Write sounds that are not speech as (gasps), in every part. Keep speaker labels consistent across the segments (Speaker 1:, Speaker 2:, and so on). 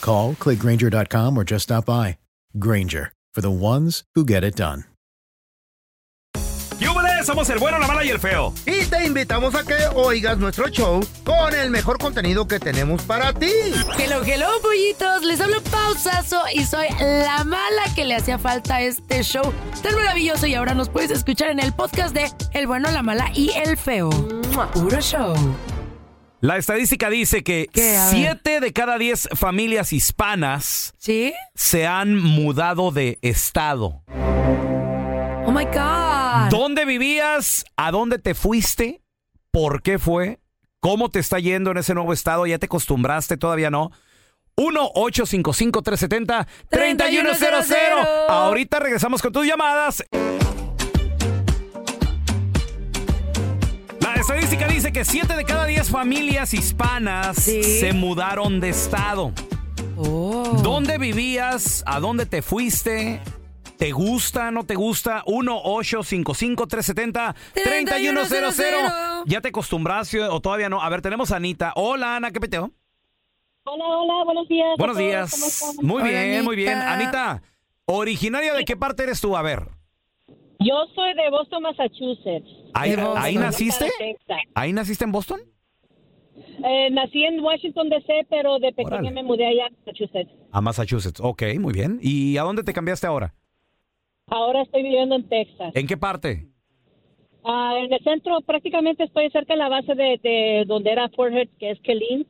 Speaker 1: Call, click Granger.com, or just stop by. Granger, for the ones who get it done.
Speaker 2: ¡Yúbele! Somos el bueno, la mala y el feo.
Speaker 3: Y te invitamos a que oigas nuestro show con el mejor contenido que tenemos para ti.
Speaker 4: Hello, hello, pollitos. Les hablo pausazo y soy la mala que le hacía falta a este show tan maravilloso. Y ahora nos puedes escuchar en el podcast de El bueno, la mala y el feo. Puro show.
Speaker 2: La estadística dice que
Speaker 4: ¿Qué? A ver.
Speaker 2: 7 de cada 10 familias hispanas
Speaker 4: ¿Sí?
Speaker 2: se han mudado de estado.
Speaker 4: Oh my God.
Speaker 2: ¿Dónde vivías? ¿A dónde te fuiste? ¿Por qué fue? ¿Cómo te está yendo en ese nuevo estado? ¿Ya te acostumbraste? ¿Todavía no? 1-855-370-3100.
Speaker 4: 3100.
Speaker 2: Ahorita regresamos con tus llamadas. La estadística dice que 7 de cada 10 familias hispanas
Speaker 4: Sí.
Speaker 2: se mudaron de estado.
Speaker 4: Oh.
Speaker 2: ¿Dónde vivías? ¿A dónde te fuiste? ¿Te gusta? ¿No te gusta? 1-855-370-3100. ¿Ya te acostumbraste o todavía no? A ver, tenemos a Anita. Hola, Ana, ¿qué peteo?
Speaker 5: Hola, hola, buenos días. a
Speaker 2: Buenos
Speaker 5: todos,
Speaker 2: días.
Speaker 5: ¿cómo están?
Speaker 2: Muy
Speaker 4: Hola,
Speaker 2: bien, muy bien.
Speaker 4: Anita.
Speaker 2: Anita, ¿originaria de qué parte eres tú? A ver,
Speaker 5: Yo soy de Boston, Massachusetts.
Speaker 2: ¿ahí,
Speaker 4: De Boston.
Speaker 2: ahí naciste?
Speaker 5: Para Texas.
Speaker 2: ¿Ahí naciste en Boston?
Speaker 5: Eh, nací en Washington DC, pero de pequeña
Speaker 2: Órale.
Speaker 5: me mudé allá a Massachusetts.
Speaker 2: A Massachusetts. Ok, muy bien. ¿Y a dónde te cambiaste ahora?
Speaker 5: Ahora estoy viviendo en Texas.
Speaker 2: ¿En qué parte?
Speaker 5: Ah, en el centro prácticamente estoy cerca de la base de, de donde era Fort Hood, que es Killeen.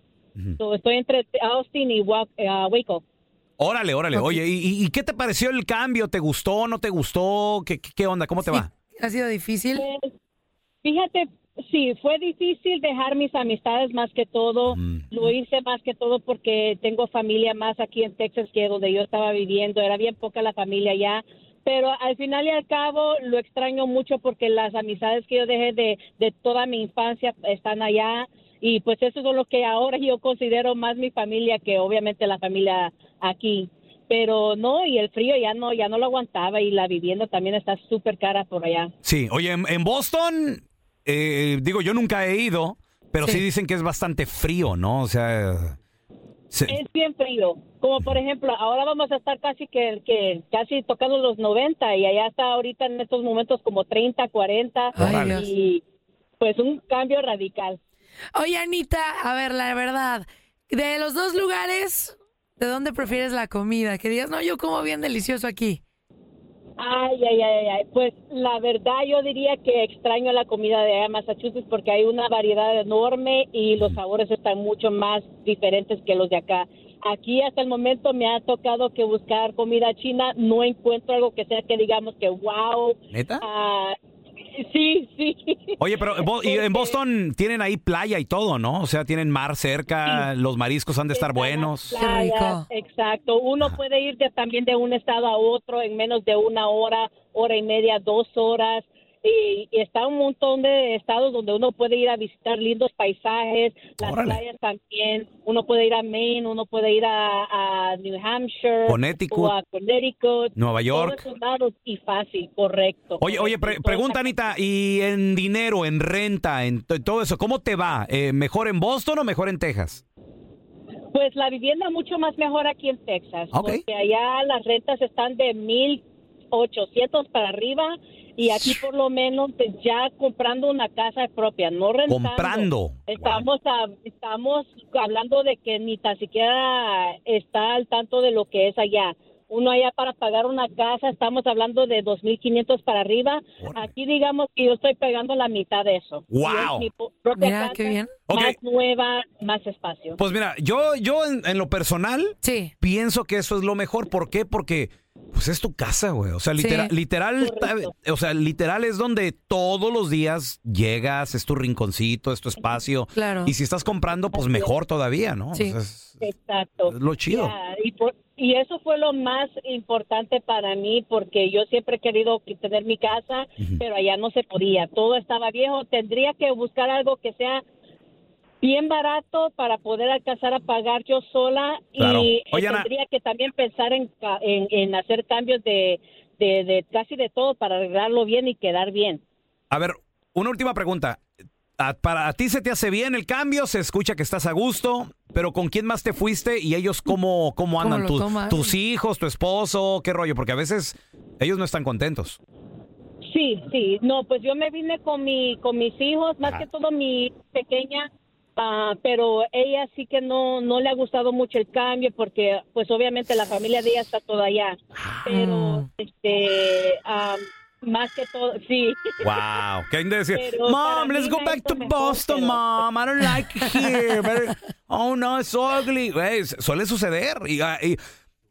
Speaker 5: So, estoy entre Austin y Wa- eh, ah, Waco.
Speaker 2: Órale, órale.
Speaker 4: Ok.
Speaker 2: Oye, ¿y, y qué te pareció el cambio? ¿Te gustó? ¿No te gustó? ¿Qué, qué- qué onda? ¿Cómo te va?
Speaker 4: ¿Ha sido difícil?
Speaker 5: Pues, Fíjate, sí, fue difícil dejar mis amistades más que todo. Lo hice más que todo porque tengo familia más aquí en Texas que donde yo estaba viviendo. Era bien poca la familia allá. Pero al final y al cabo lo extraño mucho porque las amistades que yo dejé de, de toda mi infancia están allá. Y pues eso es lo que ahora yo considero más mi familia que obviamente la familia aquí. Pero no, y el frío ya no, ya no lo aguantaba y la vivienda también está súper cara por allá.
Speaker 2: Sí, oye, en, en Boston, eh, digo, yo nunca he ido, pero sí.
Speaker 4: Sí.
Speaker 2: dicen que es bastante frío, ¿no? O sea, se-
Speaker 5: Es bien frío. Como por ejemplo, ahora vamos a estar casi que, que casi tocando los 90 y allá está ahorita en estos momentos como 30, 40
Speaker 4: Ay, Dios.
Speaker 5: y pues un cambio radical.
Speaker 4: Oye, Anita, a ver, la verdad, de los dos lugares, ¿de dónde prefieres la comida? Que digas, no, yo como bien delicioso aquí.
Speaker 5: Ay, ay, ay, ay, ay. Pues la verdad yo diría que extraño la comida de allá en Massachusetts porque hay una variedad enorme y los sabores están mucho más diferentes que los de acá. Aquí hasta el momento me ha tocado que buscar comida china, no encuentro algo que sea que digamos que wow.
Speaker 2: ¿Neta?
Speaker 5: ah, sí, sí. (laughs)
Speaker 2: Oye, pero en Bo- y en Boston tienen ahí playa y todo, ¿no? O sea, tienen mar cerca, los mariscos han de estar buenos.
Speaker 4: Qué rico.
Speaker 5: Exacto. Uno
Speaker 2: Ah.
Speaker 5: puede ir de- también de un estado a otro en menos de una hora, hora y media, dos horas. y, y está un montón de estados donde uno puede ir a visitar lindos paisajes, las
Speaker 2: Órale.
Speaker 5: playas también, uno puede ir a Maine, uno puede ir a, a New Hampshire,
Speaker 2: Connecticut.
Speaker 5: o a Connecticut,
Speaker 2: Nueva York.
Speaker 5: todos esos lados, y fácil, correcto.
Speaker 2: Oye, oye, pre-
Speaker 5: Correcto,
Speaker 2: pregunta Anita, y en dinero, en renta, en to- todo eso, ¿cómo te va? Eh, ¿Mejor en Boston o mejor en Texas?
Speaker 5: Pues la vivienda mucho más mejor aquí en Texas,
Speaker 2: Ok.
Speaker 5: porque allá las rentas están de 1800 para arriba y aquí por lo menos te- ya comprando una casa propia, no rentando.
Speaker 2: Comprando.
Speaker 5: Estamos a- estamos hablando de que ni tan siquiera está al tanto de lo que es allá. Uno allá para pagar una casa, estamos hablando de 2.500 para arriba.
Speaker 2: Órale.
Speaker 5: Aquí digamos que yo estoy pagando la mitad de eso. Y es
Speaker 2: Wow.
Speaker 5: mi po- propia
Speaker 4: Mira,
Speaker 5: casa,
Speaker 4: qué bien.
Speaker 5: Más
Speaker 2: Ok.
Speaker 5: nueva, más espacio.
Speaker 2: Pues mira, yo, yo en, en lo personal
Speaker 4: Sí.
Speaker 2: pienso que eso es lo mejor. ¿Por qué? Porque pues es tu casa, güey. O sea,
Speaker 4: Sí.
Speaker 2: litera- literal,
Speaker 5: Correcto.
Speaker 2: ta- o sea, literal es donde todos los días llegas, es tu rinconcito, es tu espacio.
Speaker 4: Claro.
Speaker 2: Y si estás comprando, pues mejor todavía, ¿no?
Speaker 4: Sí.
Speaker 2: O sea, es-
Speaker 5: Exacto.
Speaker 2: es lo chido.
Speaker 5: Ya, y, por- y eso fue lo más importante para mí porque yo siempre he querido que- tener mi casa,
Speaker 2: Ujú.
Speaker 5: pero allá no se podía. Todo estaba viejo. Tendría que buscar algo que sea bien barato para poder alcanzar a pagar yo sola
Speaker 2: Claro.
Speaker 5: y
Speaker 2: Oye, Ana.
Speaker 5: tendría que también pensar en, ca- en, en hacer cambios de, de, de casi de todo para arreglarlo bien y quedar bien.
Speaker 2: A ver, una última pregunta. A- para a ti se te hace bien el cambio, se escucha que estás a gusto, pero ¿con quién más te fuiste y ellos cómo, cómo andan?
Speaker 4: lo
Speaker 2: Tus-
Speaker 4: toman?
Speaker 2: ¿Tus hijos, tu esposo? ¿Qué rollo? Porque a veces ellos no están contentos.
Speaker 5: Sí, sí. No, pues yo me vine con mi con mis hijos, más
Speaker 2: Ajá.
Speaker 5: que todo mi pequeña, ah, pero ella sí que no no le ha gustado mucho el cambio porque pues obviamente la familia de ella está toda allá.
Speaker 2: Ah.
Speaker 5: Pero este ah, más que todo, sí.
Speaker 2: Wow, ¿qué hay de decir?
Speaker 5: (laughs) Pero
Speaker 2: Mom,
Speaker 5: para
Speaker 2: let's
Speaker 5: mí
Speaker 2: go
Speaker 5: me
Speaker 2: back
Speaker 5: hizo
Speaker 2: to
Speaker 5: mejor,
Speaker 2: Boston,
Speaker 5: pero-
Speaker 2: mom. I don't like
Speaker 5: (laughs)
Speaker 2: it here. but- Oh no, it's ugly. Güey, suele suceder. Y, ah, y-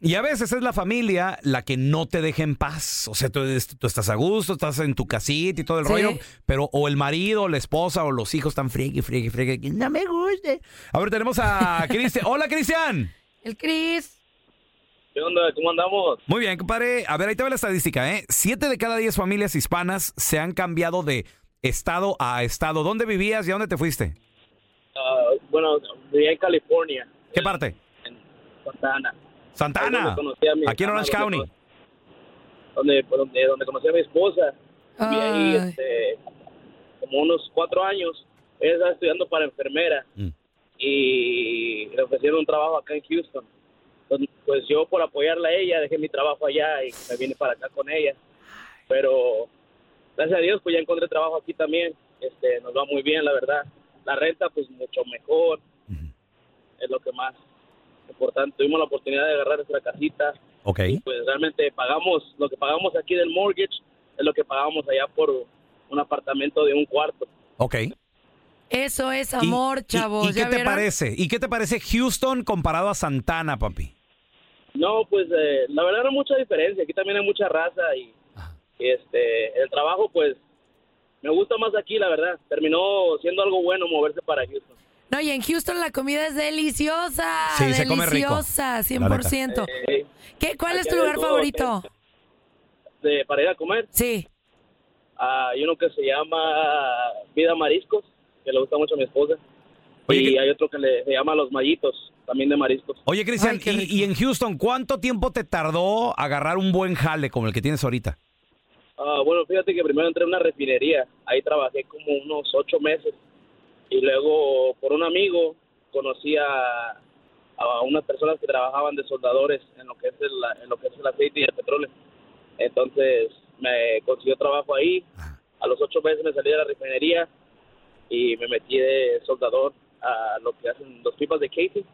Speaker 2: y a veces es la familia la que no te deja en paz. O sea, tú, es- tú estás a gusto, estás en tu casita y todo el
Speaker 4: Sí.
Speaker 2: rollo, pero o el marido, o la esposa, o los hijos están friegue, friegue, friegue. que No me guste. A ver, tenemos
Speaker 5: (laughs)
Speaker 2: a Cristian. Hola, Cristian.
Speaker 4: El Chris.
Speaker 6: ¿Qué onda? ¿Cómo andamos?
Speaker 2: Muy bien, compadre. A ver, ahí te va la estadística, ¿eh? Siete de cada diez familias hispanas se han cambiado de estado a estado. ¿Dónde vivías y a dónde te fuiste?
Speaker 6: Ah, bueno, vivía en California,
Speaker 2: ¿Qué parte?
Speaker 6: en Santa Ana.
Speaker 2: Santa
Speaker 6: Ahí
Speaker 2: Ana.
Speaker 6: donde conocí a mi
Speaker 2: Aquí en
Speaker 6: mamá,
Speaker 2: Orange
Speaker 6: donde
Speaker 2: County.
Speaker 6: cono- Donde, donde, donde conocí a mi esposa. Viví ahí
Speaker 4: Ay.
Speaker 6: este, como unos cuatro años. Ella estaba estudiando para enfermera
Speaker 2: Mm.
Speaker 6: y le ofrecieron un trabajo acá en Houston. Entonces, Pues yo por apoyarla a ella dejé mi trabajo allá y me vine para acá con ella. Pero gracias a Dios pues ya encontré trabajo aquí también. Este, nos va muy bien, la verdad. La renta pues mucho mejor. Es lo que más importante. Tuvimos la oportunidad de agarrar nuestra casita
Speaker 2: Ok.
Speaker 6: y pues realmente pagamos lo que pagamos aquí del mortgage es lo que pagamos allá por un apartamento de un cuarto.
Speaker 2: Ok.
Speaker 4: Eso es
Speaker 2: ¿Y-
Speaker 4: amor,
Speaker 2: y-
Speaker 4: chavos.
Speaker 2: ¿Y, qué
Speaker 4: ¿Ya
Speaker 2: te
Speaker 4: vieron?
Speaker 2: parece? ¿Y qué te parece Houston comparado a Santana, papi?
Speaker 6: No, pues eh, la verdad no hay mucha diferencia. Aquí también hay mucha raza y, y, este el trabajo pues me gusta más aquí, la verdad. Terminó siendo algo bueno moverse para Houston.
Speaker 4: No, y en Houston la comida es deliciosa.
Speaker 2: Sí, se come rico.
Speaker 4: deliciosa, 100%.
Speaker 6: Eh,
Speaker 4: ¿Qué, ¿Cuál es
Speaker 6: Aquí
Speaker 4: tu
Speaker 6: hay
Speaker 4: lugar
Speaker 6: todo,
Speaker 4: favorito?
Speaker 6: de- para ir a comer
Speaker 4: Sí.
Speaker 6: hay uno que se llama Vida Mariscos, que le gusta mucho a mi esposa.
Speaker 2: Oye,
Speaker 6: y
Speaker 2: que-
Speaker 6: hay otro que le, se llama Los Mallitos, también de mariscos.
Speaker 2: Oye, Cristian,
Speaker 4: Ay, qué
Speaker 2: y,
Speaker 4: rico.
Speaker 2: y en Houston cuánto tiempo te tardó agarrar un buen jale como el que tienes ahorita?
Speaker 6: Ah, bueno, fíjate que primero entré en una refinería, ahí trabajé como unos ocho meses y luego por un amigo conocí a, a unas personas que trabajaban de soldadores en lo que es el, en lo que es el aceite y el petróleo. Entonces me consiguió trabajo ahí, a los ocho meses me salí de la refinería y me metí de soldador a lo que hacen los pipas de Casey.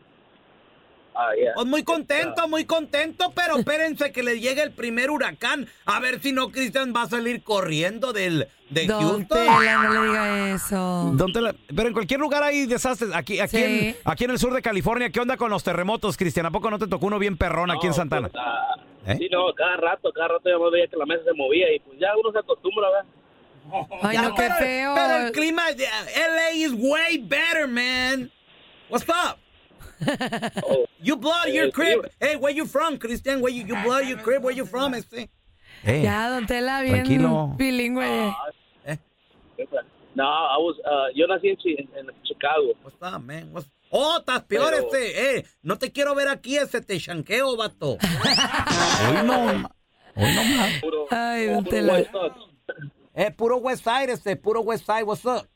Speaker 6: Ah, ya.
Speaker 2: Pues muy contento, muy contento, pero espérense que le llegue el primer huracán. A ver si no, Cristian va a salir corriendo del, de
Speaker 4: Don Tela, no le diga eso.
Speaker 2: Don Tela, pero en cualquier lugar hay desastres. Aquí, aquí,
Speaker 4: Sí.
Speaker 2: en, aquí en el sur de California, ¿qué onda con los terremotos, Cristian? ¿A poco no te tocó uno bien perrón aquí en
Speaker 6: No,
Speaker 2: Santana?
Speaker 6: pues, ah,
Speaker 2: ¿Eh?
Speaker 6: Sí, no, cada rato, cada rato yo me veía que la mesa se movía y pues ya uno se acostumbra, ¿verdad?
Speaker 4: Ay, no, qué feo.
Speaker 2: clima de LA is way better, man. What's up?
Speaker 6: Oh,
Speaker 2: You blow
Speaker 6: your crib.
Speaker 2: Hey, where you from, Cristian? Where you, blow your crib? Where you from? este?
Speaker 4: Ya, Don Tela, bien
Speaker 2: Eh, Tranquilo.
Speaker 4: bilingüe.
Speaker 2: eh.
Speaker 7: No, I was, uh, yo nací en, Chi- en Chicago.
Speaker 2: What's up, man? What's- Pues, Oh, estás peor
Speaker 7: Pero-
Speaker 2: este. Eh, no te quiero ver aquí, ese te chanqueo, vato. Hoy no. Hoy no más.
Speaker 7: Puro,
Speaker 4: Ay, don
Speaker 7: puro
Speaker 4: Tela.
Speaker 7: White Sox.
Speaker 2: Eh, puro West Side, este, puro West Side, what's up?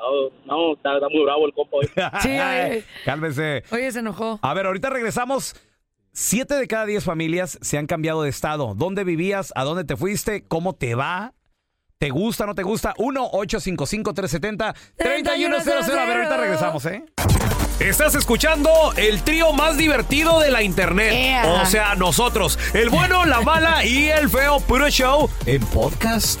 Speaker 7: Oh, no, está, está muy bravo el
Speaker 2: (laughs)
Speaker 7: compa hoy.
Speaker 4: Sí, oye,
Speaker 2: Cálmese.
Speaker 4: oye, se enojó.
Speaker 2: A ver, ahorita regresamos. Siete de cada diez familias se han cambiado de estado. ¿Dónde vivías? ¿A dónde te fuiste? ¿Cómo te va? ¿Te gusta? ¿No te gusta? 1-855-370-3100. A ver, ahorita regresamos, ¿eh? Estás escuchando el trío más divertido de la internet.
Speaker 4: Ea.
Speaker 2: O sea, nosotros. El bueno, la mala y el feo puro show en podcast.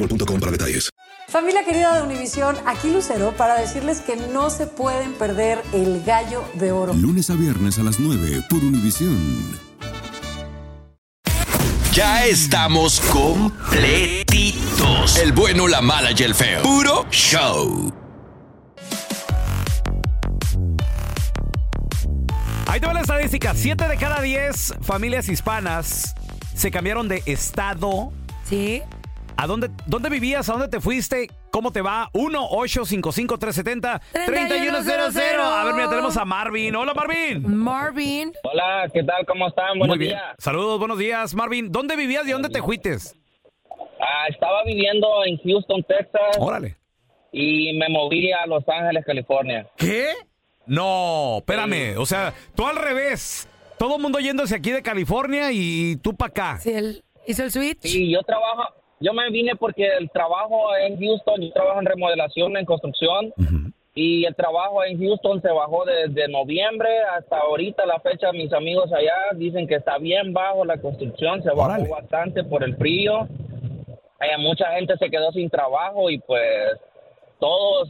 Speaker 8: para detalles.
Speaker 9: Familia querida de Univisión, aquí Lucero para decirles que no se pueden perder el gallo de oro.
Speaker 10: Lunes a viernes a las 9 por Univisión.
Speaker 11: Ya estamos completitos. El bueno, la mala y el feo. Puro show.
Speaker 2: Ahí te va la estadística. Siete de cada diez familias hispanas se cambiaron de estado
Speaker 4: Sí.
Speaker 2: ¿A dónde, dónde vivías? ¿A dónde te fuiste? ¿Cómo te va? 1-855-370-3100. A ver, mira, tenemos a Marvin. Hola, Marvin.
Speaker 4: Marvin.
Speaker 7: Hola, ¿qué tal? ¿Cómo están?
Speaker 2: Muy bien. Saludos, buenos días, Marvin. ¿Dónde vivías y a dónde te fuiste?
Speaker 7: Ah, estaba viviendo en Houston, Texas,
Speaker 2: Órale.
Speaker 7: y me moví a Los Ángeles, California.
Speaker 2: ¿Qué? No, espérame. O sea, tú al revés. Todo el mundo yéndose aquí de California y tú para acá.
Speaker 4: Sí, él hizo el switch.
Speaker 7: Sí, yo trabajo, yo me vine porque el trabajo en Houston, yo trabajo en remodelación, en construcción, y el trabajo en Houston se bajó desde noviembre hasta ahorita la fecha. Mis amigos allá dicen que está bien bajo la construcción, se bajó
Speaker 2: Órale.
Speaker 7: bastante por el frío. Hay mucha gente se quedó sin trabajo y pues todos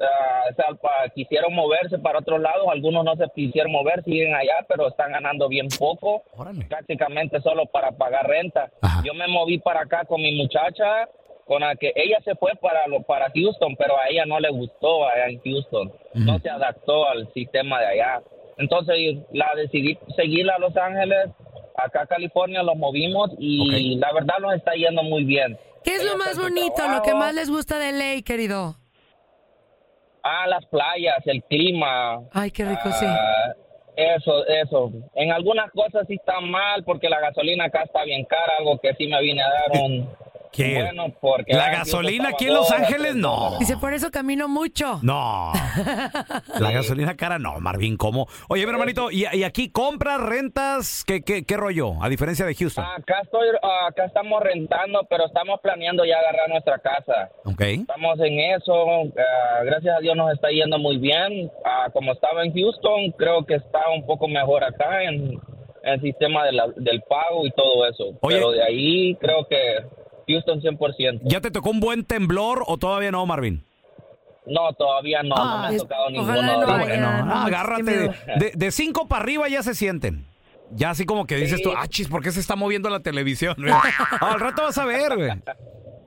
Speaker 7: ah, o sea, pa- quisieron moverse para otros lados, algunos no se quisieron mover, siguen allá, pero están ganando bien poco
Speaker 2: Órale.
Speaker 7: prácticamente solo para pagar renta.
Speaker 2: Ajá.
Speaker 7: Yo me moví para acá con mi muchacha, con la que ella se fue para lo- para Houston, pero a ella no le gustó allá en Houston, no se adaptó al sistema de allá. Entonces la decidí seguirla a Los Ángeles, acá a California los movimos y
Speaker 2: Ok.
Speaker 7: la verdad nos está yendo muy bien.
Speaker 4: ¿Qué es lo más bonito, lo que más les gusta de LA, querido?
Speaker 7: Ah, las playas, el clima,
Speaker 4: Ay, qué rico, sí.
Speaker 7: Ah, Eso, eso. En algunas cosas sí está mal porque la gasolina acá está bien cara, algo que sí me vine a dar un...
Speaker 2: ¿Qué?
Speaker 7: Bueno, porque ah,
Speaker 2: La
Speaker 7: ahora
Speaker 2: gasolina
Speaker 7: sí
Speaker 2: aquí en Los
Speaker 7: estaba
Speaker 2: Ángeles, no.
Speaker 4: Dice, por eso camino mucho.
Speaker 2: No. La gasolina cara, no, Marvin, ¿cómo? Oye, mi hermanito, ¿y, y aquí compras, rentas? ¿qué, qué, qué rollo? A diferencia de Houston.
Speaker 7: Acá, estoy, acá estamos rentando, pero estamos planeando ya agarrar nuestra casa.
Speaker 2: Ok.
Speaker 7: Estamos en eso. ah, gracias a Dios nos está yendo muy bien. Ah, como estaba en Houston, creo que está un poco mejor acá en en el sistema de la- del pago y todo eso.
Speaker 2: Oye.
Speaker 7: Pero de ahí creo que Houston 100%.
Speaker 2: ¿Ya te tocó un buen temblor o todavía no, Marvin?
Speaker 7: No, todavía no,
Speaker 2: Ah,
Speaker 7: no me ha
Speaker 4: es-
Speaker 7: tocado
Speaker 4: ojalá
Speaker 7: ninguno.
Speaker 4: no
Speaker 7: de
Speaker 4: haya.
Speaker 7: ellos.
Speaker 4: no, no,
Speaker 2: agárrate.
Speaker 4: qué miedo.
Speaker 2: De, de- de cinco para arriba ya se sienten. Ya así como que dices tú, ah, chis, ¿por qué se está moviendo la televisión? (laughs) Al rato vas a ver, güey.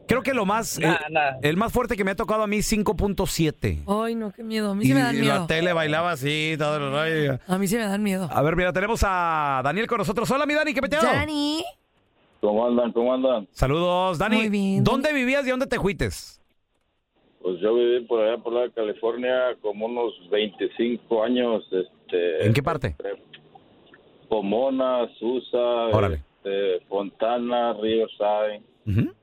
Speaker 2: Creo que lo más,
Speaker 7: Nah,
Speaker 2: el,
Speaker 7: nah.
Speaker 2: el más fuerte que me ha tocado a mí, 5.7.
Speaker 4: Ay, no, qué miedo. A mí sí me dan miedo.
Speaker 2: tele bailaba así, todo el rollo.
Speaker 4: A mí sí me dan miedo.
Speaker 2: A ver, mira, tenemos a Daniel con nosotros. Hola, mi Dani, ¿qué peteado?
Speaker 4: Dani.
Speaker 7: ¿Cómo andan? ¿Cómo andan?
Speaker 2: Saludos, Dani.
Speaker 4: Muy bien.
Speaker 2: ¿Dónde vivías y dónde te fuites?
Speaker 7: Pues yo viví por allá, por la California, como unos 25 años. Este,
Speaker 2: ¿En qué parte?
Speaker 7: Pomona, Susa,
Speaker 2: Órale.
Speaker 7: este, Fontana, Riverside.
Speaker 2: Ujú.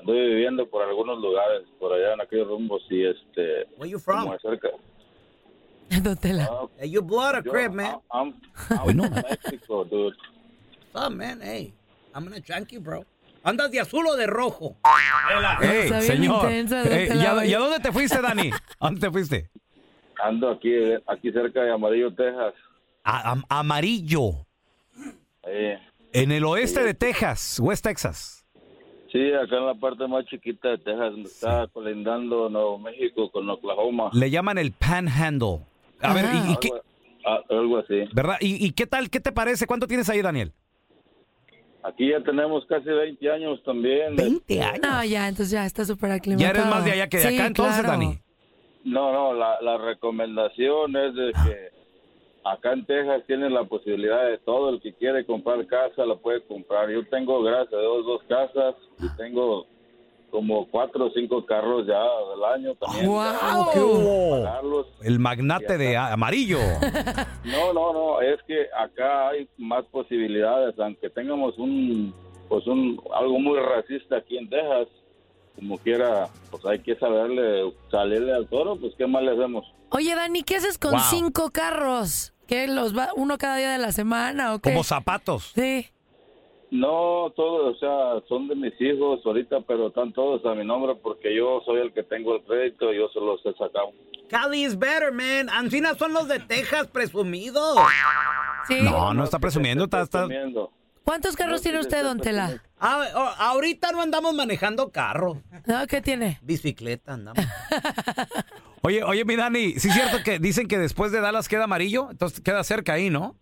Speaker 7: Anduve viviendo por algunos lugares, por allá en aquellos rumbos y este...
Speaker 2: Where you
Speaker 7: Como de cerca.
Speaker 4: Don Tela.
Speaker 7: Ah,
Speaker 2: you blood or
Speaker 7: yo- ah,
Speaker 2: crib,
Speaker 7: I'm- I'm, I'm
Speaker 2: Bueno. (laughs)
Speaker 7: from Mexico, dude.
Speaker 2: Oh, man, hey. I'm gonna drink you, bro. ¿Andas de azul o de rojo?
Speaker 12: Ey,
Speaker 2: Ey,
Speaker 12: Está bien
Speaker 2: señor.
Speaker 12: intensa,
Speaker 2: Ey,
Speaker 4: este
Speaker 12: doctor
Speaker 2: ¿y, a,
Speaker 12: Lauri.
Speaker 2: y a dónde te fuiste, Dani? ¿A dónde te fuiste?
Speaker 12: Ando aquí, aquí cerca de Amarillo, Texas.
Speaker 2: A- am- amarillo.
Speaker 12: Eh,
Speaker 2: (laughs) En el oeste de Texas, West Texas.
Speaker 12: sí, acá en la parte más chiquita de Texas, donde está colindando Nuevo México con Oklahoma.
Speaker 2: Le llaman el Panhandle. A ver, ¿y, y qué,
Speaker 12: Ah, algo así.
Speaker 2: ¿verdad? ¿Y, y qué tal? ¿Qué te parece? ¿Cuánto tienes ahí, Daniel?
Speaker 12: Aquí ya tenemos casi 20 años también.
Speaker 2: ¿20 años?
Speaker 4: No, ya, entonces ya está súper aclimatado. Ah, Sí, claro.
Speaker 12: No, no, la, la recomendación es de que acá en Texas tienen la posibilidad de todo. El que quiere comprar casa la puede comprar. Yo tengo, gracias a Dios, dos casas y tengo como cuatro o cinco carros ya del año también.
Speaker 2: ¡Guau! ¿Qué hubo? El magnate de a-
Speaker 4: (laughs)
Speaker 2: amarillo.
Speaker 12: No, no, no, es que acá hay más posibilidades, aunque tengamos un, pues un, algo muy racista aquí en Texas, como quiera, pues hay que saberle, salirle al toro, pues qué más le hacemos.
Speaker 4: Oye, Dani, ¿qué haces con
Speaker 12: Wow.
Speaker 4: cinco carros? ¿Qué los va uno cada día de la semana o qué?
Speaker 12: Como
Speaker 2: zapatos.
Speaker 4: Sí.
Speaker 12: No, todos, o sea, son de mis hijos ahorita, pero están todos a mi nombre porque yo soy el que tengo el crédito, yo se los he sacado.
Speaker 13: Cali is better, man. Ancina son los de Texas presumidos.
Speaker 2: No, no está presumiendo, está, está-
Speaker 4: ¿Cuántos carros tiene usted, don Tela?
Speaker 13: Ah, oh, ahorita no andamos manejando carro.
Speaker 4: No, ¿qué tiene?
Speaker 13: Bicicleta andamos.
Speaker 2: (laughs) Oye, oye, mi Dani, sí es cierto que dicen que después de Dallas queda amarillo, entonces queda cerca ahí, ¿no?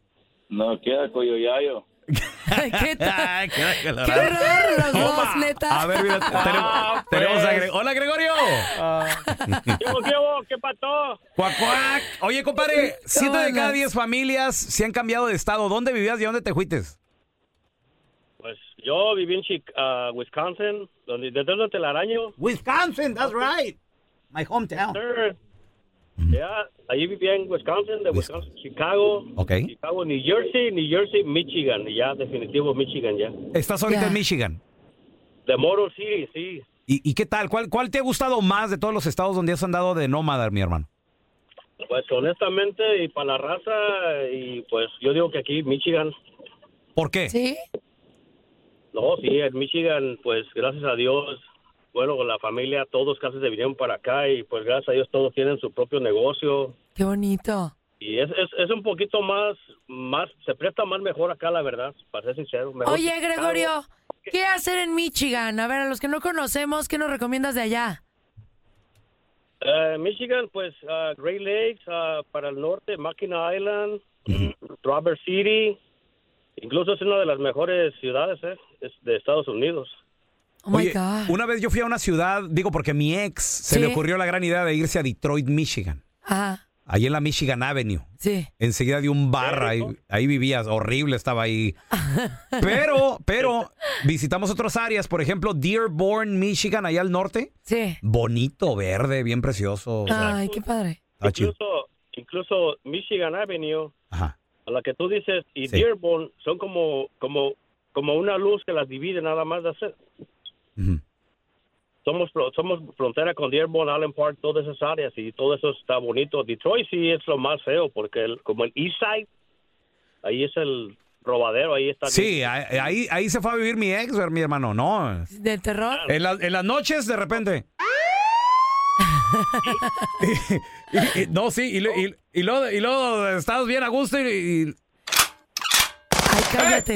Speaker 12: No, queda Coyoyayo.
Speaker 4: ¿Qué
Speaker 2: tal? ¡Qué
Speaker 4: horror
Speaker 2: (laughs)
Speaker 4: los dos, neta!
Speaker 2: Oh, A
Speaker 13: (laughs)
Speaker 2: ver, mira, te- tenemos, tenemos a Gre- ¡Hola, Gregorio! Ah.
Speaker 14: ¿Qué hubo, qué hubo? ¿Qué pasó?
Speaker 2: Cuac, cuac. Oye, compadre,
Speaker 14: ¿Cómo
Speaker 2: siete de cada
Speaker 14: andas?
Speaker 2: diez familias se han cambiado de estado. ¿Dónde vivías y a dónde te fuites?
Speaker 14: Pues yo viví en Chic- ah, Wisconsin, donde desde donde telaraño.
Speaker 13: Wisconsin, that's right. My hometown.
Speaker 14: Yeah, allí vivía en Wisconsin, de Wisconsin, Chicago,
Speaker 2: Ok.
Speaker 14: Chicago, New Jersey, New Jersey, Michigan, y ya definitivo Michigan ya.
Speaker 2: Estás ahorita en Michigan.
Speaker 14: De Moro City, sí.
Speaker 2: ¿Y, y qué tal? ¿Cuál, ¿Cuál te ha gustado más de todos los estados donde has andado de nómada, mi hermano?
Speaker 14: Pues honestamente y para la raza y pues yo digo que aquí Michigan.
Speaker 2: ¿Por qué?
Speaker 4: Sí.
Speaker 14: No, sí, en Michigan, pues gracias a Dios, bueno, con la familia, todos casi se vinieron para acá y pues gracias a Dios todos tienen su propio negocio
Speaker 4: Qué bonito.
Speaker 14: y es, es, es un poquito más, más, se presta más mejor acá, la verdad, para ser sincero. mejor
Speaker 4: Oye,
Speaker 14: que
Speaker 4: Gregorio,
Speaker 14: Chicago.
Speaker 4: ¿qué hacer en Michigan? A ver, a los que no conocemos, ¿qué nos recomiendas de allá?
Speaker 14: Eh, Michigan, pues ah, Great Lakes, ah, para el norte, Mackinac Island, Robert City, incluso es una de las mejores ciudades eh, es de Estados Unidos.
Speaker 4: Oh
Speaker 2: Oye, una vez yo fui a una ciudad, digo porque mi ex se
Speaker 14: Sí.
Speaker 2: le ocurrió la gran idea de irse a Detroit, Michigan.
Speaker 4: Ajá,
Speaker 2: Ahí en la Michigan Avenue.
Speaker 4: sí.
Speaker 2: Enseguida de un bar, ahí, ahí vivías, horrible estaba
Speaker 4: (laughs)
Speaker 2: ahí. Pero, pero, visitamos otras áreas, por ejemplo, Dearborn, Michigan, allá al norte.
Speaker 4: Sí.
Speaker 2: Bonito, verde, bien precioso.
Speaker 14: Ah,
Speaker 4: Ay, qué padre.
Speaker 2: Está chido.
Speaker 14: Incluso, incluso Michigan Avenue,
Speaker 2: Ajá.
Speaker 14: a la que tú dices, y
Speaker 2: Sí.
Speaker 14: Dearborn son como, como, como una luz que las divide nada más de hacer.
Speaker 2: Ujú.
Speaker 14: Somos, fro- somos frontera con Dearborn, Allen Park, todas esas áreas y todo eso está bonito. Detroit sí es lo más feo porque el- como el East Side, ahí es el robadero, ahí está.
Speaker 2: Sí, eh. ahí, ahí- ahí se fue a vivir mi ex, mi hermano, no.
Speaker 4: ¿De terror?
Speaker 2: En, las- en las noches, de repente. Y- y- no, sí, y, lo- y- y luego, y luego estás bien a gusto y... ¡Eh, y-
Speaker 4: Ay, cállate.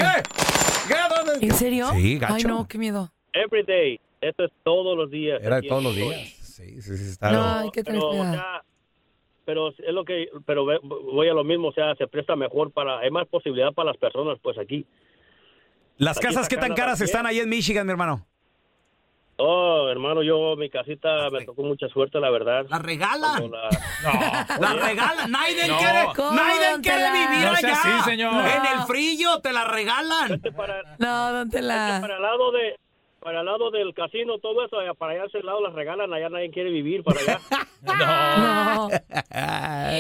Speaker 4: ¿En serio?
Speaker 2: Sí, gacho.
Speaker 4: Ay, no, qué miedo.
Speaker 14: Every day, esto es todos los días.
Speaker 2: Era de
Speaker 14: aquí en
Speaker 2: todos los
Speaker 14: Detroit.
Speaker 2: días. Sí, sí, sí, está-
Speaker 4: No, hay que tener
Speaker 14: pero,
Speaker 4: cuidado.
Speaker 14: o sea, pero es lo que, pero ve- voy a lo mismo, o sea, se presta mejor para, hay más posibilidad para las personas, pues aquí.
Speaker 2: Las
Speaker 14: Aquí
Speaker 2: casas,
Speaker 14: está
Speaker 2: ¿qué tan
Speaker 14: Canadá
Speaker 2: caras
Speaker 14: también.
Speaker 2: están ahí en Michigan, mi hermano?
Speaker 14: Oh, hermano, yo mi
Speaker 2: Ah,
Speaker 14: casita me tocó mucha suerte, la verdad. ¿La regalan?
Speaker 13: (laughs) La regalan. Naiden quiere,
Speaker 14: ¿Cómo,
Speaker 13: Naiden
Speaker 14: don
Speaker 13: quiere
Speaker 14: Tela?
Speaker 13: vivir
Speaker 14: No sea
Speaker 13: allá.
Speaker 14: así, señor.
Speaker 13: En el
Speaker 4: (gasps)
Speaker 13: frío te la regalan.
Speaker 4: No, don Tela.
Speaker 14: Para el lado de para el lado del casino, todo eso, allá- para allá ese lado las regalan, allá nadie quiere vivir para allá.
Speaker 4: No.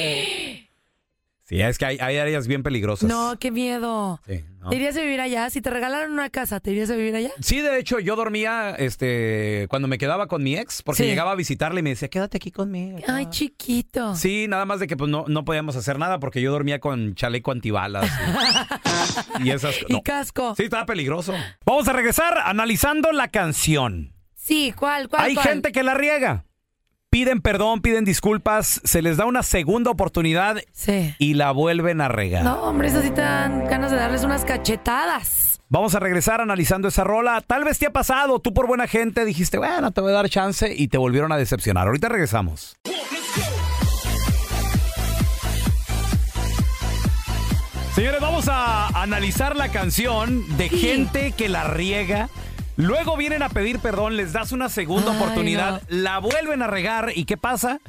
Speaker 2: Sí, es que hay, hay áreas bien peligrosas.
Speaker 4: No, qué miedo.
Speaker 2: Sí, no.
Speaker 4: ¿Te irías a vivir allá? Si te regalaron una casa, ¿te irías a vivir allá?
Speaker 2: Sí, de hecho, yo dormía este, cuando me quedaba con mi ex, porque
Speaker 4: Sí.
Speaker 2: llegaba a visitarle y me decía, quédate aquí conmigo.
Speaker 4: Ay, chiquito.
Speaker 2: Sí, nada más de que pues, no, no podíamos hacer nada porque yo dormía con chaleco antibalas
Speaker 4: (laughs)
Speaker 2: y, y esas
Speaker 4: Y
Speaker 2: no.
Speaker 4: casco.
Speaker 2: Sí, estaba peligroso. Vamos a regresar analizando la canción.
Speaker 4: Sí, ¿cuál, cuál,
Speaker 2: Hay
Speaker 4: cuál?
Speaker 2: gente que la riega. Piden perdón, piden disculpas, se les da una segunda oportunidad y la vuelven a regar.
Speaker 4: No, hombre, esas sí te dan ganas de darles unas cachetadas.
Speaker 2: Vamos a regresar analizando esa rola. Tal vez te ha pasado, tú por buena gente dijiste, bueno, te voy a dar chance y te volvieron a decepcionar. Ahorita regresamos. Señores, vamos a analizar la canción de gente que la riega. Luego vienen a pedir perdón, les das una segunda oportunidad, la vuelven a regar y ¿qué pasa?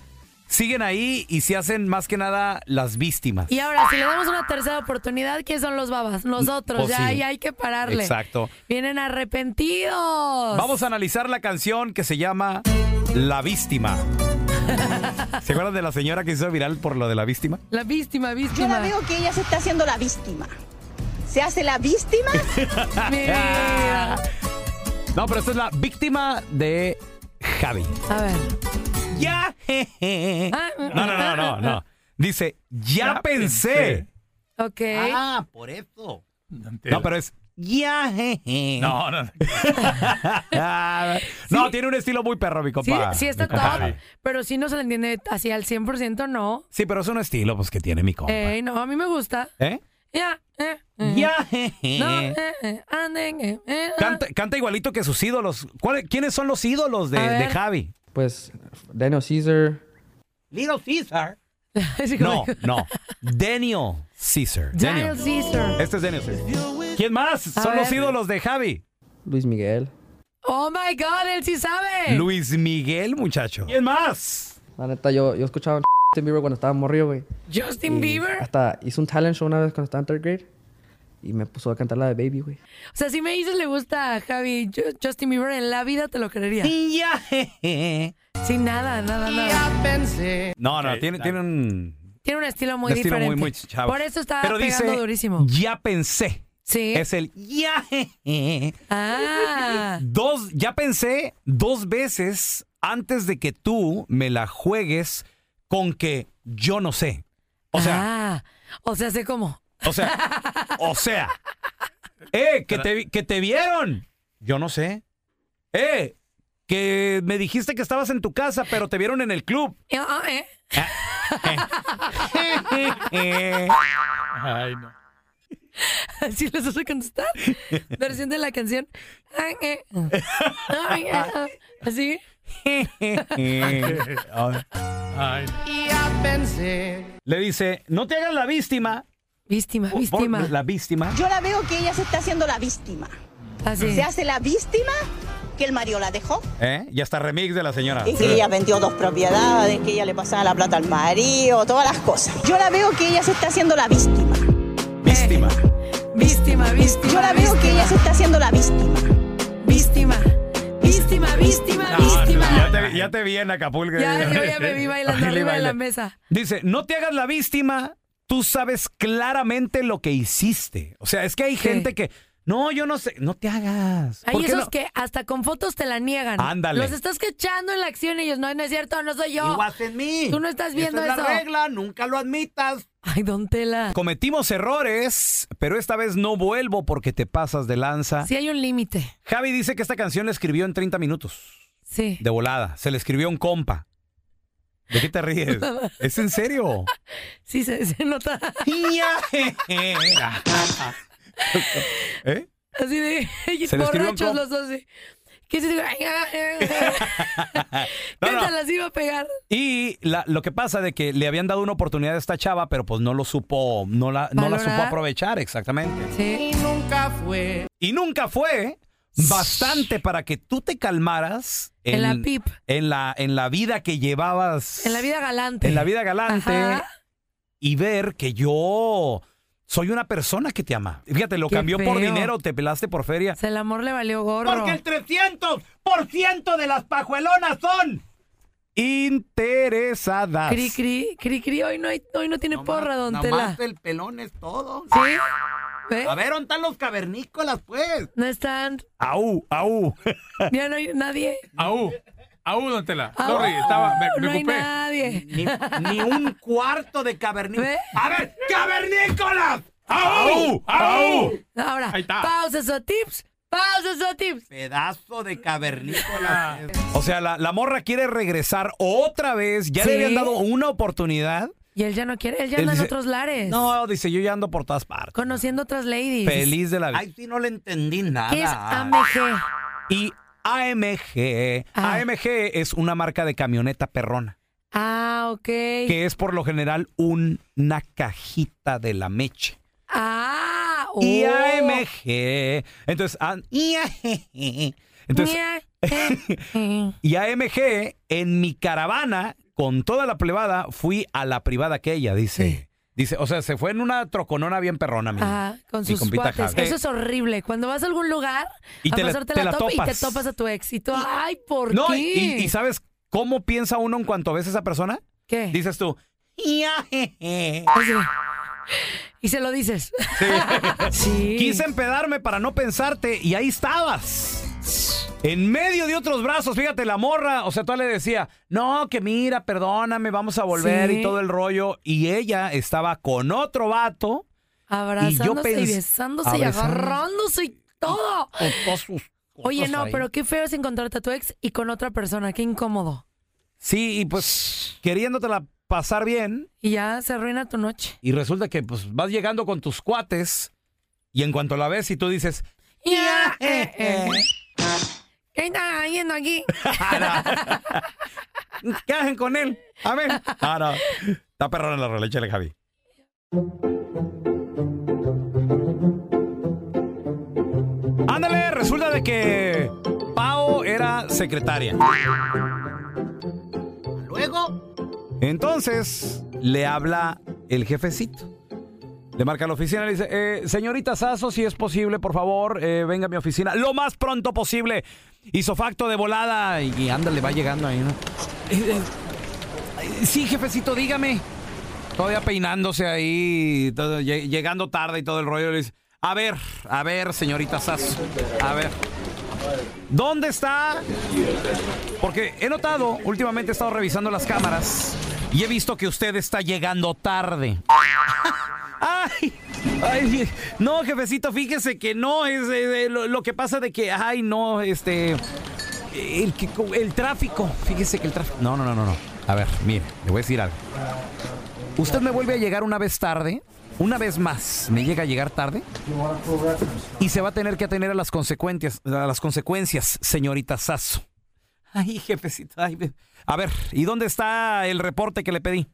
Speaker 2: Siguen ahí y se hacen más que nada las víctimas.
Speaker 4: Y ahora, si le damos una tercera oportunidad, ¿quién son los babas? Nosotros,
Speaker 2: Pues
Speaker 4: ya
Speaker 2: sí.
Speaker 4: ahí hay que pararle.
Speaker 2: Exacto.
Speaker 4: Vienen arrepentidos.
Speaker 2: Vamos a analizar la canción que se llama La
Speaker 4: (laughs)
Speaker 2: víctima. ¿Se acuerdan de la señora que hizo viral por lo de la víctima?
Speaker 4: La víctima,
Speaker 15: Yo
Speaker 4: víctima.
Speaker 15: la veo que ella se está haciendo la víctima. ¿Se hace la
Speaker 4: (laughs)
Speaker 15: víctima?
Speaker 2: No, pero esta es la víctima de Javi.
Speaker 4: A ver.
Speaker 2: Ya. No, no, no, no, no. Dice, ya, pensé.
Speaker 4: Ok.
Speaker 13: Ah, por eso.
Speaker 2: No, pero es. Ya.
Speaker 13: No, no, no.
Speaker 2: (laughs) no, tiene un estilo muy perro, mi
Speaker 4: Sí,
Speaker 2: compa.
Speaker 4: sí está
Speaker 2: mi compa
Speaker 4: top,
Speaker 2: Javi.
Speaker 4: pero si no se le entiende así al 100%, no.
Speaker 2: Sí, pero es un estilo pues, que tiene mi compa.
Speaker 4: Ey, no, a mí me gusta.
Speaker 2: ¿Eh?
Speaker 4: Ya, eh, eh.
Speaker 2: Ya, eh, eh.
Speaker 4: No, eh, eh, anden, eh, eh, ah.
Speaker 2: Canta, canta igualito que sus ídolos. ¿Cuál- ¿Quiénes son los ídolos de,
Speaker 4: A ver.
Speaker 2: de Javi?
Speaker 16: Pues Daniel Caesar.
Speaker 13: Little Caesar.
Speaker 2: No,
Speaker 4: (laughs)
Speaker 2: no. Daniel Caesar.
Speaker 13: Daniel Caesar.
Speaker 2: Este es Daniel Caesar. ¿Quién más?
Speaker 16: A
Speaker 2: Son los
Speaker 16: ver.
Speaker 2: ídolos de Javi.
Speaker 16: Luis Miguel.
Speaker 4: Oh my God, él sí sabe.
Speaker 2: Luis Miguel, muchacho. ¿Quién más?
Speaker 16: La neta, yo, yo escuchaba a Justin Bieber cuando estaba morrido, güey.
Speaker 4: Justin
Speaker 16: Y
Speaker 4: Bieber.
Speaker 16: Hasta hizo un talent show una vez cuando estaba en third grade. Y me puso a cantar la de Baby, güey.
Speaker 4: O sea, si me dices le gusta a Javi Ju- Justin Bieber en la vida, te lo creería.
Speaker 13: Ya.
Speaker 4: Sin nada, nada, nada.
Speaker 2: No, no, tiene, tiene un,
Speaker 4: Tiene un estilo
Speaker 2: un
Speaker 4: muy
Speaker 2: estilo
Speaker 4: diferente.
Speaker 2: muy, muy chavo.
Speaker 4: Por eso está
Speaker 2: Pero
Speaker 4: pegando
Speaker 2: dice,
Speaker 4: durísimo.
Speaker 2: Ya pensé.
Speaker 4: Sí.
Speaker 2: Es el ya.
Speaker 4: Ah.
Speaker 2: Dos, ya pensé dos veces antes de que tú me la juegues con que yo no sé. O sea,
Speaker 4: ah. O sea, sé cómo.
Speaker 2: o
Speaker 4: (laughs)
Speaker 2: sea, o sea. Eh, que te, vi- que te vieron. Yo no sé. Eh, que me dijiste que estabas en tu casa, pero te vieron en el club.
Speaker 4: Eh, ah, eh.
Speaker 2: Ah, eh.
Speaker 4: (laughs)
Speaker 2: Ay, no.
Speaker 4: Así les hace contestar. Versión de la canción. Ah,
Speaker 2: (laughs)
Speaker 4: eh. Ah, eh, ah. Así. (laughs)
Speaker 2: Eh.
Speaker 13: Ya pensé.
Speaker 2: Le dice, no te hagas la víctima.
Speaker 4: Víctima,
Speaker 2: víctima. la víctima.
Speaker 15: Yo la veo que ella se está haciendo la víctima.
Speaker 4: Así.
Speaker 15: ¿Se hace la víctima que el marido la dejó?
Speaker 2: ¿Eh? Ya está remix de la señora.
Speaker 15: Y que ella vendió dos propiedades, que ella le pasaba la plata al marido, todas las cosas. Yo la veo que ella se está haciendo la víctima.
Speaker 2: Víctima.
Speaker 4: Víctima, víctima.
Speaker 15: Yo la veo que ella se está haciendo la víctima.
Speaker 4: Víctima. Víctima, víctima, víctima.
Speaker 2: ya, te, ya te vi en Acapulco.
Speaker 4: Ya,
Speaker 2: (laughs)
Speaker 4: yo ya me vi bailando
Speaker 2: Baile,
Speaker 4: arriba de la
Speaker 2: baile.
Speaker 4: mesa.
Speaker 2: Dice, no te hagas la víctima, tú sabes claramente lo que hiciste. O sea, es que hay gente que, no, yo no sé, no te hagas.
Speaker 4: Hay
Speaker 2: ¿Por qué
Speaker 4: esos
Speaker 2: no?
Speaker 4: que hasta con fotos te la niegan.
Speaker 2: Ándale.
Speaker 4: Los estás quechando en la acción y ellos, no, no es cierto, no soy yo.
Speaker 13: You wasn't me.
Speaker 4: Tú no estás
Speaker 13: Esa
Speaker 4: viendo
Speaker 13: es la
Speaker 4: eso.
Speaker 13: regla, nunca lo admitas.
Speaker 4: Ay, don Tela.
Speaker 2: Cometimos errores, pero esta vez no vuelvo porque te pasas de lanza.
Speaker 4: Sí hay un límite.
Speaker 2: Javi dice que esta canción la escribió en 30 minutos.
Speaker 4: Sí.
Speaker 2: De volada. Se le escribió a un compa. ¿De qué te
Speaker 4: (laughs)
Speaker 2: ríes? ¿Es en serio?
Speaker 4: Sí, se,
Speaker 2: (laughs)
Speaker 4: se nota.
Speaker 2: ¿Eh?
Speaker 4: (laughs) Así de
Speaker 2: Se le escribió un
Speaker 4: borrachos
Speaker 2: com-
Speaker 4: los dos. sí. ¿Qué se dice?
Speaker 2: (laughs) No,
Speaker 4: (laughs) ¿Qué
Speaker 2: no.
Speaker 4: se las iba a pegar?
Speaker 2: Y la- lo que pasa de que le habían dado una oportunidad a esta chava, pero pues no lo supo, no la, no la supo
Speaker 13: Valorar.
Speaker 2: aprovechar, exactamente.
Speaker 4: Sí.
Speaker 13: Y nunca fue.
Speaker 2: Y nunca fue bastante para que tú te calmaras
Speaker 4: En la pip.
Speaker 2: en la, en la vida que llevabas,
Speaker 4: En la vida galante.
Speaker 2: en la vida galante,
Speaker 4: Ajá.
Speaker 2: y ver que yo soy una persona que te ama. Fíjate, lo
Speaker 4: Qué
Speaker 2: cambió por
Speaker 4: feo.
Speaker 2: dinero, te pelaste por feria.
Speaker 4: El amor le valió gorro.
Speaker 13: Porque el 300% de las pajuelonas son
Speaker 2: interesadas.
Speaker 4: Cri, cri, cri, cri, hoy no, hay, hoy no tiene porra, don Tela.
Speaker 13: Nomás el pelón es todo.
Speaker 4: ¿Sí?
Speaker 13: A ver, ¿dónde están los cavernícolas, pues?
Speaker 4: No están.
Speaker 2: Au,
Speaker 13: (laughs)
Speaker 2: au.
Speaker 4: Ya no hay nadie.
Speaker 17: Aú, aú, don Tela.
Speaker 4: Au,
Speaker 17: Sorry, estaba, me, me
Speaker 4: no hay
Speaker 17: ocupé.
Speaker 4: nadie.
Speaker 13: Ni, ni un cuarto de cavernícolas. A ver, cavernícolas.
Speaker 17: ¡Au! ¡Au!
Speaker 4: Ahora,
Speaker 13: Ahí está.
Speaker 4: pausas o tips. Pausas o tips.
Speaker 13: Pedazo de cavernícolas.
Speaker 2: O sea, la, la morra quiere regresar otra vez. Ya le
Speaker 4: Sí.
Speaker 2: habían dado una oportunidad.
Speaker 4: Y él ya no quiere, él ya anda en
Speaker 2: dice,
Speaker 4: otros lares.
Speaker 2: No, dice, yo ya ando por todas partes.
Speaker 4: Conociendo otras ladies.
Speaker 2: Feliz de la vida.
Speaker 13: Ay, sí, no le entendí nada.
Speaker 4: ¿Qué es AMG?
Speaker 2: Y AMG. AMG es una marca de camioneta perrona,
Speaker 4: Ah, ok.
Speaker 2: que es por lo general un- una cajita de la meche.
Speaker 4: Ah, oh.
Speaker 2: Y AMG. Entonces, ah, y AMG. (laughs) Entonces, (laughs) y AMG, en mi caravana, con toda la plebada, fui a la privada que ella dice. Dice, o sea, se fue en una troconona bien perrona, mi,
Speaker 4: Ajá, Ah, con
Speaker 2: mi
Speaker 4: sus
Speaker 2: compita
Speaker 4: cuates.
Speaker 2: Javi.
Speaker 4: Eso es horrible. Cuando vas a algún lugar
Speaker 2: Y
Speaker 4: a
Speaker 2: te la-
Speaker 4: pasarte
Speaker 2: te
Speaker 4: la,
Speaker 2: la
Speaker 4: top y te
Speaker 2: topas.
Speaker 4: topas a tu ex. Y tú, ay, ¿por
Speaker 2: No,
Speaker 4: qué?
Speaker 2: y, y- y ¿sabes cómo piensa uno en cuanto ves a esa persona?
Speaker 4: ¿Qué?
Speaker 2: Dices tú,
Speaker 4: Así. Y se lo dices. Ah,
Speaker 2: (laughs) Quise empedarme para no pensarte y ahí estabas. En medio de otros brazos, fíjate, la morra, o sea, tú le decía, no, que mira, perdóname, vamos a volver
Speaker 4: Sí.
Speaker 2: y todo el rollo. Y ella estaba con otro vato.
Speaker 4: Abrazándose y,
Speaker 2: pens-
Speaker 4: besándose y
Speaker 2: abrazando.
Speaker 4: agarrándose y todo.
Speaker 2: con todas sus
Speaker 4: Oye,
Speaker 2: cosas
Speaker 4: no,
Speaker 2: ahí.
Speaker 4: pero qué feo es encontrarte a tu ex y con otra persona. Qué incómodo.
Speaker 2: Sí, y pues queriéndotela pasar bien.
Speaker 4: Y ya se arruina tu noche.
Speaker 2: Y resulta que pues vas llegando con tus cuates y en cuanto la ves y tú dices,
Speaker 4: Ya, eh, eh. ¿Qué está haciendo aquí?
Speaker 2: (laughs) ¿qué hacen con él? A ver. Ah, no. (laughs) Está perrona la rola, échale, Javi. Ándale, resulta de que Pao era secretaria.
Speaker 13: Luego,
Speaker 2: Entonces le habla el jefecito. Le marca a la oficina y le dice, eh, señorita Sazo, si es posible, por favor, eh, venga a mi oficina lo más pronto posible. Hizo facto de volada y, y ándale, va llegando ahí, ¿no? Eh, eh, sí, jefecito, dígame. Todavía peinándose ahí, todo, lle- llegando tarde y todo el rollo. Le dice, a ver, a ver, señorita Sazo, a ver. ¿Dónde está? Porque he notado, últimamente he estado revisando las cámaras y he visto que usted está llegando tarde. ¡Ay! ay, no, jefecito, fíjese que no, es eh, eh, lo, lo que pasa de que, ay, no, este, el, que- el tráfico, fíjese que el tráfico... No, no, no, no, no. A ver, mire, le voy a decir algo. Usted me vuelve a llegar una vez tarde, una vez más, me llega a llegar tarde y se va a tener que atener a las consecuencias, a las consecuencias, señorita Sasso. Ay, jefecito, ay, ve- A ver, ¿y dónde está el reporte que le pedí?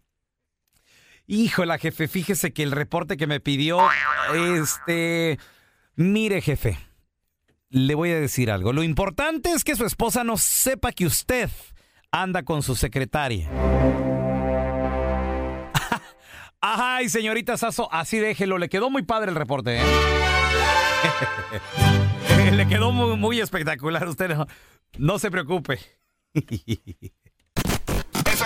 Speaker 2: Híjola, jefe, fíjese que el reporte que me pidió, este... Mire, jefe, le voy a decir algo. Lo importante es que su esposa no sepa que usted anda con su secretaria. Ay, señorita Sasso, así déjelo. Le quedó muy padre el reporte, (laughs) ¿eh? (laughs) Le quedó muy, muy espectacular. Usted no, no se preocupe.
Speaker 6: Eso